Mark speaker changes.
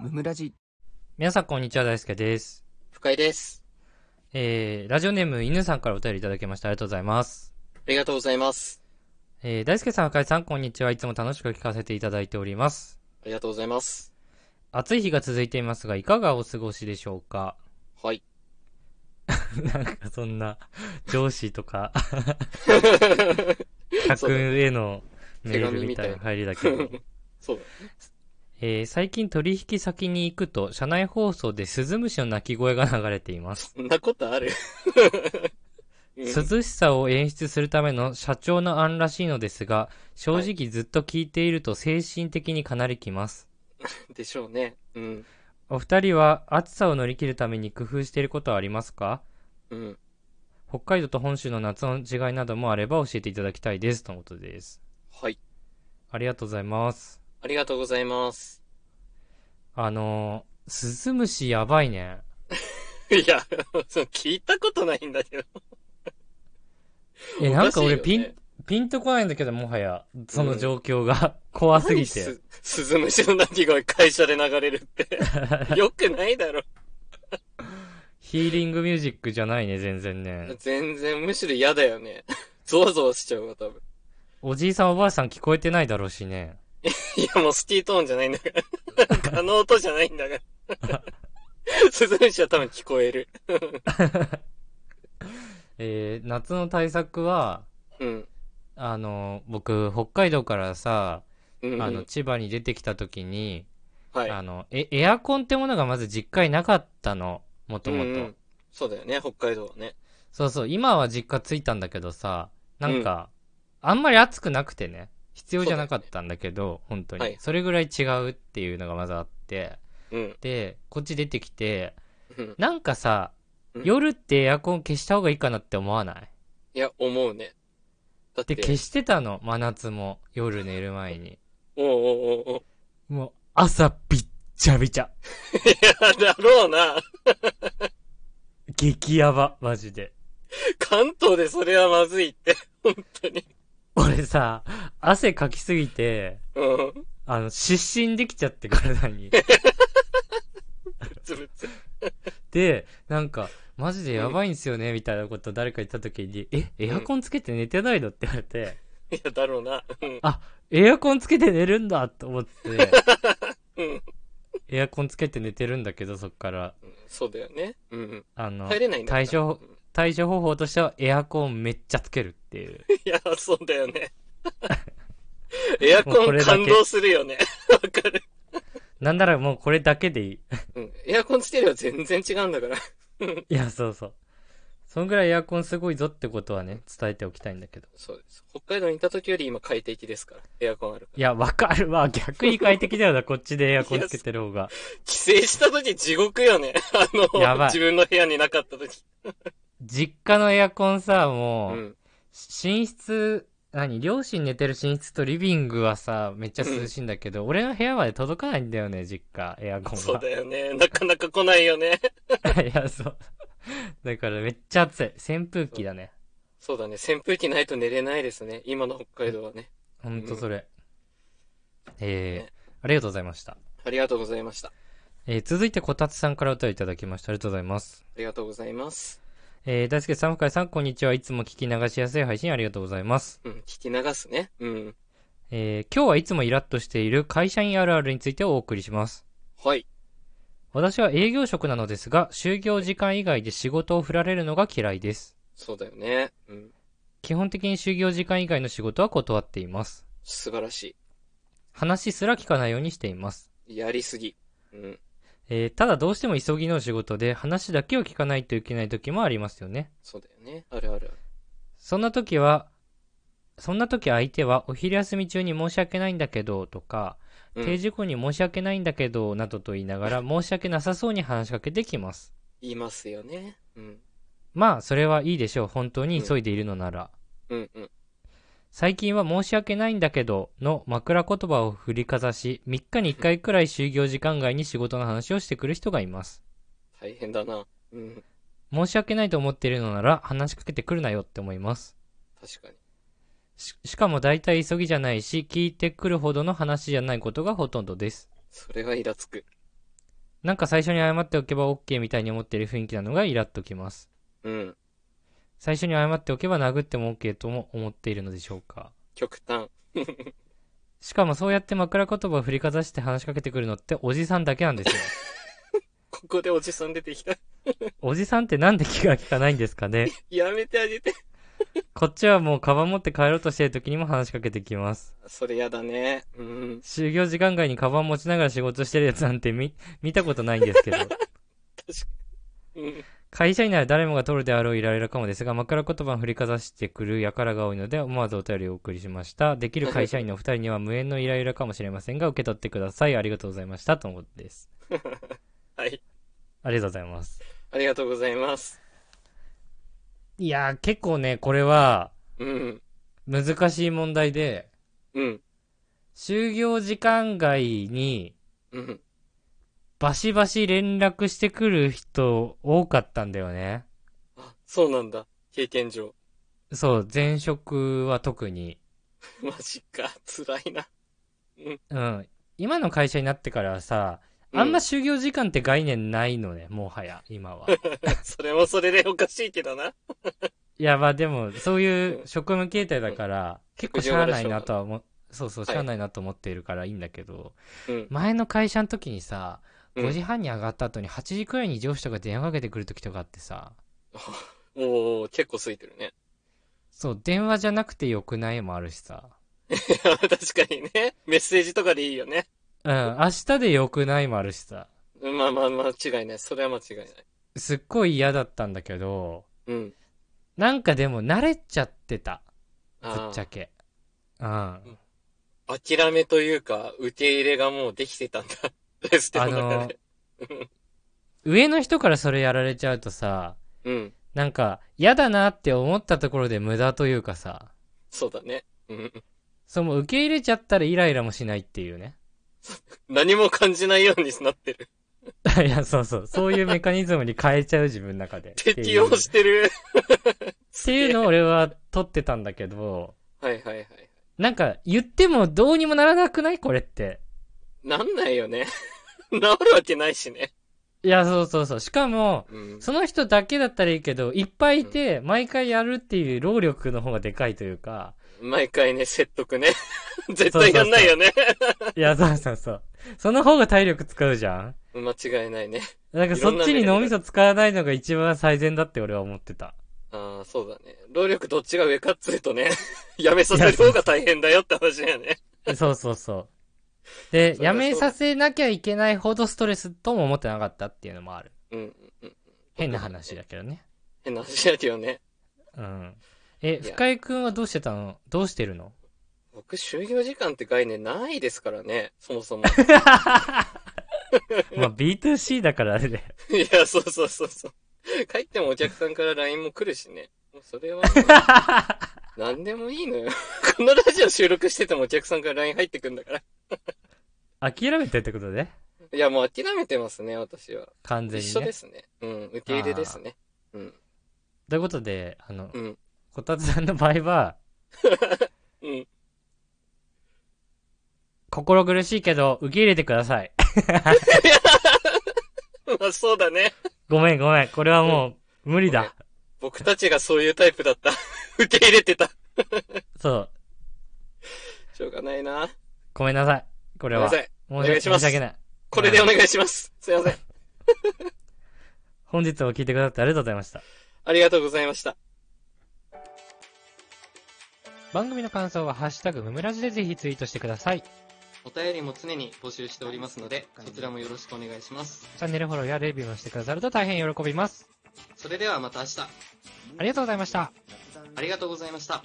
Speaker 1: ムムラジ
Speaker 2: 皆さんこんにちは、大輔です。
Speaker 3: 深井です。
Speaker 2: えー、ラジオネーム犬さんからお便りいただきました。ありがとうございます。
Speaker 3: ありがとうございます。
Speaker 2: えー、大輔さん、赤井さん、こんにちは。いつも楽しく聞かせていただいております。
Speaker 3: ありがとうございます。
Speaker 2: 暑い日が続いていますが、いかがお過ごしでしょうか
Speaker 3: はい。
Speaker 2: なんかそんな、上司とか、客へのメールみたいな入りだけど。
Speaker 3: そう
Speaker 2: えー最近取引先に行くと、車内放送でスズムシの鳴き声が流れています。
Speaker 3: だ。そんなことあるうん
Speaker 2: 涼しさを演出するための社長の案らしいのですが、正直ずっと聞いていると精神的にかなりきます。
Speaker 3: でしょうね。うん。
Speaker 2: お二人は暑さを乗り切るために工夫していることはありますか
Speaker 3: うん。
Speaker 2: 北海道と本州の夏の違いなどもあれば教えていただきたいです。とのことです。
Speaker 3: はい。
Speaker 2: ありがとうございます。
Speaker 3: ありがとうございます。
Speaker 2: あのー、スズムシやばいね。
Speaker 3: いや、そう聞いたことないんだけど。
Speaker 2: え、なんか俺
Speaker 3: おかしい
Speaker 2: ピ
Speaker 3: よ
Speaker 2: ン、
Speaker 3: ね
Speaker 2: ピンとこないんだけど、もはや、その状況が 怖すぎて。
Speaker 3: 何す。鈴虫の鳴き声会社で流れるって。 よくないだろ。
Speaker 2: ヒーリングミュージックじゃないね、全然ね。
Speaker 3: 全然、むしろ嫌だよね。ゾワゾワしちゃうわ、多分。
Speaker 2: おじいさんおばあさん聞こえてないだろうしね。
Speaker 3: いや、もうシティトーンじゃないんだ から。あの音じゃないんだから。鈴虫は多分聞こえる。
Speaker 2: えー、夏の対策は、
Speaker 3: うん。
Speaker 2: あの、僕、北海道からさ、
Speaker 3: うん、
Speaker 2: あの、、千葉に出てきた時に、
Speaker 3: はい。
Speaker 2: あの、え、エアコンってものがまず実家になかったの、もとも
Speaker 3: うんう
Speaker 2: と
Speaker 3: ん。そうだよね、北海道はね。
Speaker 2: そうそう、今は実家着いたんだけどさ、なんか、あんまり暑くなくてね、必要じゃなかったんだけど、本当に、
Speaker 3: はい
Speaker 2: それぐらい違うっていうのがまずあって、
Speaker 3: うん。
Speaker 2: で、こっち出てきて、
Speaker 3: うん
Speaker 2: なんかさ
Speaker 3: うん、
Speaker 2: 夜ってエアコン消した方がいいかなって思わない
Speaker 3: いや、思うね。だっ
Speaker 2: で、
Speaker 3: て、
Speaker 2: 消してたの、真夏も、夜寝る前に。
Speaker 3: おうおうおうお う。
Speaker 2: もう、朝、びっちゃびちゃ。
Speaker 3: いや、だろうな。
Speaker 2: 激ヤバ、マジで。
Speaker 3: 関東でそれはまずいって。本当に。
Speaker 2: 俺さ、汗かきすぎて、
Speaker 3: うん。
Speaker 2: あの、失神できちゃって体に。
Speaker 3: つぶつ。
Speaker 2: で、なんか、マジでやばいんすよね、みたいなこと誰か言った時に、え、エアコンつけて寝てないのって言われて、
Speaker 3: いや、だろうな。うん。
Speaker 2: エアコンつけて寝るんだと思って、
Speaker 3: うん。
Speaker 2: エアコンつけて寝てるんだけど、そっから、
Speaker 3: そうだよね。うん。
Speaker 2: あの
Speaker 3: 入、れないんだから
Speaker 2: 対処対処方法としてはエアコンめっちゃつけるっていう。
Speaker 3: いや、そうだよね。 エア
Speaker 2: もう
Speaker 3: コ
Speaker 2: こ
Speaker 3: ン
Speaker 2: れだけ
Speaker 3: 感動するよね。わかる。
Speaker 2: なんならもうこれだけでいい。
Speaker 3: うん。エアコンつければ全然違うんだから。
Speaker 2: いや、そうそう。そんぐらいエアコンすごいぞってことはね、伝えておきたいんだけど。
Speaker 3: そうです。北海道にいた時より今快適ですから。エアコンあるから。
Speaker 2: いや、わかる わ。逆に快適だよな、こっちでエアコンつけてる方が。
Speaker 3: 帰省した時地獄よね。 あ
Speaker 2: やば
Speaker 3: の、
Speaker 2: い
Speaker 3: 自分の部屋になかった時。
Speaker 2: 実家のエアコンさ、
Speaker 3: う
Speaker 2: もう、
Speaker 3: ん。
Speaker 2: 寝室、何両親寝てる寝室とリビングはさ、めっちゃ涼しいんだけど、俺の部屋まで届かないんだよね、実家、エアコン
Speaker 3: そう
Speaker 2: が。
Speaker 3: だよね。なかなか来ないよね。
Speaker 2: いや、そう。だからめっちゃ暑い。扇風機だね。
Speaker 3: そうだね。扇風機ないと寝れないですね。今の北海道はね。
Speaker 2: ほんとそれ。えー、ありがとうございました。
Speaker 3: ありがとうございました。あ
Speaker 2: えー、続いてこたつさんからお便りいただきました。ありがとうございます。
Speaker 3: りがとうございます。
Speaker 2: えー、大輔さん、深井さん、こんにちは。いつも聞き流しやすい配信ありがとうございます。
Speaker 3: うん。聞き流すね。うん。
Speaker 2: えー、今日はいつもイラッとしている会社員あるあるについてお送りします。
Speaker 3: はい。
Speaker 2: 私は営業職なのですが、就業時間以外で仕事を振られるのが嫌いです。
Speaker 3: そうだよね。うん。
Speaker 2: 基本的に就業時間以外の仕事は断っています。
Speaker 3: 素晴らし
Speaker 2: 話すら聞かないようにしています。
Speaker 3: い。やりすぎ。うん。
Speaker 2: えーただどうしても急ぎの仕事で話だけを聞かないといけない時もありますよね。
Speaker 3: そうだよね。あるあるある。
Speaker 2: そんな時は、そんな時相手はお昼休み中に申し訳ないんだけどとか、
Speaker 3: うん
Speaker 2: 定時後に申し訳ないんだけどなどと言いながら申し訳なさそうに話しかけてきます。
Speaker 3: 言いますよね。うん。
Speaker 2: まあ、それはいいでしょう。本当に急いでいるのなら。
Speaker 3: うんうん。
Speaker 2: 最近は申し訳ないんだけどの枕言葉を振りかざし3日に1回くらい就業時間外に仕事の話をしてくる人がいます
Speaker 3: 大変だな。うん。
Speaker 2: 申し訳ないと思っているのなら話しかけてくるなよって思います
Speaker 3: 確かに。
Speaker 2: ししかも大体急ぎじゃないし聞いてくるほどの話じゃないことがほとんどです
Speaker 3: それはイラつく。
Speaker 2: なんか最初に謝っておけば OK みたいに思ってる雰囲気なのがイラっときます。
Speaker 3: うん。
Speaker 2: 最初に謝っておけば殴っても OK とも思っているのでしょうか。
Speaker 3: 極端。
Speaker 2: しかもそうやって枕言葉を振りかざして話しかけてくるのっておじさんだけなんですよ。
Speaker 3: ここでおじさん出てきた。
Speaker 2: おじさんってなんで気が利かないんですかね。
Speaker 3: やめてあげて。
Speaker 2: こっちはもうカバン持って帰ろうとしている時にも話しかけてきます。
Speaker 3: それやだね。うん。
Speaker 2: 就業時間外にカバン持ちながら仕事してるやつなんて見、見たことないんですけど。
Speaker 3: うん。
Speaker 2: 会社員なら誰もが取るであろうイライラかもですが、枕言葉を振りかざしてくる輩が多いので、思わずお便りをお送りしました。できる会社員のお二人には無縁のイライラかもしれませんが、受け取ってください。ありがとうございました。とのことです。
Speaker 3: はい。
Speaker 2: ありがとうございます。
Speaker 3: ありがとうございます。
Speaker 2: いやー、結構ね、これは
Speaker 3: うん。
Speaker 2: 難しい問題で、
Speaker 3: うん。
Speaker 2: 就業時間外に
Speaker 3: うん。
Speaker 2: バシバシ連絡してくる人多かったんだよね。
Speaker 3: あ、そうなんだ。経験上。
Speaker 2: そう、前職は特に。
Speaker 3: マジか。辛いな。
Speaker 2: うん。今の会社になってからさ、あんま
Speaker 3: う
Speaker 2: 就業時間って概念ないのね、もはや、今 は。
Speaker 3: それもそれでおかしいけどな。
Speaker 2: いや、まあでも、そういう職務形態だから、結構しゃあないなとは思う、そうそう、
Speaker 3: はい
Speaker 2: しゃあないなと思っているからいいんだけど、
Speaker 3: うん。
Speaker 2: 前の会社の時にさ、
Speaker 3: うん
Speaker 2: 5時半に上がった後に8時くらいに上司とか電話かけてくる時とかあってさ、
Speaker 3: おー、結構空いてるね。
Speaker 2: そう、電話じゃなくてよくないもあるしさ、
Speaker 3: 確かにね。メッセージとかでいいよね。
Speaker 2: うん、明日でよくないもあるしさ、
Speaker 3: うんまあまあ、間違いない。それは間違いない。
Speaker 2: すっごい嫌だったんだけど、
Speaker 3: うん。
Speaker 2: なんかでも慣れちゃってた、ぶ
Speaker 3: あ
Speaker 2: っちゃ
Speaker 3: ー
Speaker 2: け。うん。
Speaker 3: 諦めというか、受け入れがもうできてたんだ。 レステの中で。
Speaker 2: 上の人からそれやられちゃうとさ、
Speaker 3: うん。
Speaker 2: なんか嫌だなって思ったところで無駄というかさ、
Speaker 3: そうだね。うん。
Speaker 2: そうもう受け入れちゃったらイライラもしないっていう ね。
Speaker 3: 何も感じないようになってる。
Speaker 2: いや、そうそう。そういうメカニズムに変えちゃう自分の中で。
Speaker 3: 適応
Speaker 2: っ
Speaker 3: してる。
Speaker 2: ていうのを俺は取ってたんだけど、
Speaker 3: はいはいはい。
Speaker 2: なんか言ってもどうにもならなくないこれって。
Speaker 3: なんないよね。 治るわけないしね。
Speaker 2: いや、そうそうそう。しかも、
Speaker 3: うん。
Speaker 2: その人だけだったらいいけど、いっぱいいて、毎回やるっていう労力の方がでかいというか、
Speaker 3: 毎回ね、説得ね。 絶対やんないよね。
Speaker 2: いや、そうそうそう。その方が体力使うじゃん
Speaker 3: 間違いないね。
Speaker 2: なんかそっちに脳みそ使わないのが一番最善だって俺は思ってた。
Speaker 3: ああ、そうだね。労力どっちが上かっつうとね、 やめさせる方が大変だよって話だよね。
Speaker 2: そうそうそう。で、
Speaker 3: そうだ
Speaker 2: やめさせなきゃいけないほどストレスとも思ってなかったっていうのもある。
Speaker 3: うん。うん
Speaker 2: 変な話だけどね。
Speaker 3: 変な話だけどね。
Speaker 2: うん。え、
Speaker 3: いや
Speaker 2: 深井くんはどうしてたのどうしてるの
Speaker 3: 僕、就業時間って概念ないですからね、そもそも。
Speaker 2: まあ、B2C だからあれで。
Speaker 3: いや、そうそうそうそう。帰ってもお客さんから LINE も来るしね。もうそれ は、何でもいいのよ。このラジオ収録しててもお客さんから LINE 入ってくんだから。
Speaker 2: 諦めてってことで
Speaker 3: いや、もう諦めてますね、私は。
Speaker 2: 完全
Speaker 3: 一
Speaker 2: に
Speaker 3: 緒で
Speaker 2: ね。
Speaker 3: すね。うん、受け入れですね。うん、
Speaker 2: ということで、あの、
Speaker 3: うん、
Speaker 2: こたつさんの場合は、
Speaker 3: うん。
Speaker 2: 心苦しいけど、受け入れてください。
Speaker 3: まあ、そうだね。
Speaker 2: ごめんごめん。これはもう、無理
Speaker 3: ごめ
Speaker 2: だ
Speaker 3: ん。僕たちがそういうタイプだった。 受け入れてた。
Speaker 2: そう。
Speaker 3: しょうがないな。
Speaker 2: ごめんなさい。これ
Speaker 3: ごめんな
Speaker 2: は。
Speaker 3: さい。
Speaker 2: 申
Speaker 3: お願いします
Speaker 2: 申し訳ない。
Speaker 3: これでお願いします。すいません。
Speaker 2: 本日も聞いてくださってありがとうございました。
Speaker 3: ありがとうございました。
Speaker 2: 番組の感想は、ハッシュタグ、ムムラジでぜひツイートしてください。チ
Speaker 3: お便りも常に募集しておりますので、そちらもよろしくお願いします。
Speaker 2: ャンネルフォローやレビューもしてくださると大変喜びます。
Speaker 3: それではまた明日、
Speaker 2: ありがとうございました。
Speaker 3: ありがとうございました。